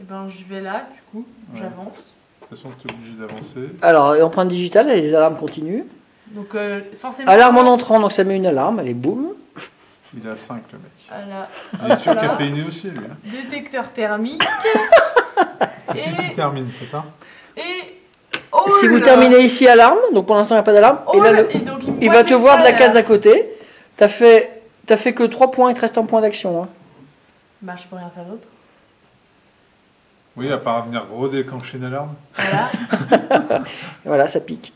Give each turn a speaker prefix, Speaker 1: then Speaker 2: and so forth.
Speaker 1: Et ben je vais là, du coup,
Speaker 2: Ouais.
Speaker 1: j'avance.
Speaker 2: De toute façon, tu es obligé d'avancer.
Speaker 3: Alors, empreinte digitale, les alarmes continuent.
Speaker 1: Donc euh, forcément.
Speaker 3: Alarme en entrant, donc ça met une alarme, elle est boum.
Speaker 2: Il est à 5, le mec.
Speaker 1: à la-
Speaker 2: Il est
Speaker 1: hop là,
Speaker 2: surcaféiné aussi, lui. hein.
Speaker 1: Détecteur thermique.
Speaker 2: C'est si tu
Speaker 1: Et-
Speaker 2: termines, c'est ça
Speaker 1: Et. Oh
Speaker 3: si
Speaker 1: là
Speaker 3: vous
Speaker 1: là.
Speaker 3: terminez ici, alarme, donc pour l'instant, il n'y a pas d'alarme.
Speaker 1: Oh
Speaker 3: Et là,
Speaker 1: là-
Speaker 3: le-
Speaker 1: et donc, me
Speaker 3: il
Speaker 1: pointe
Speaker 3: va te voir de la
Speaker 1: là.
Speaker 3: case d'à côté. T'as fait, t'as fait que 3 points, il te reste un point d'action. hein.
Speaker 1: Bah je peux rien faire d'autre.
Speaker 2: Oui, à part venir redéclencher une alarme.
Speaker 1: Voilà.
Speaker 3: Et Voilà, ça pique.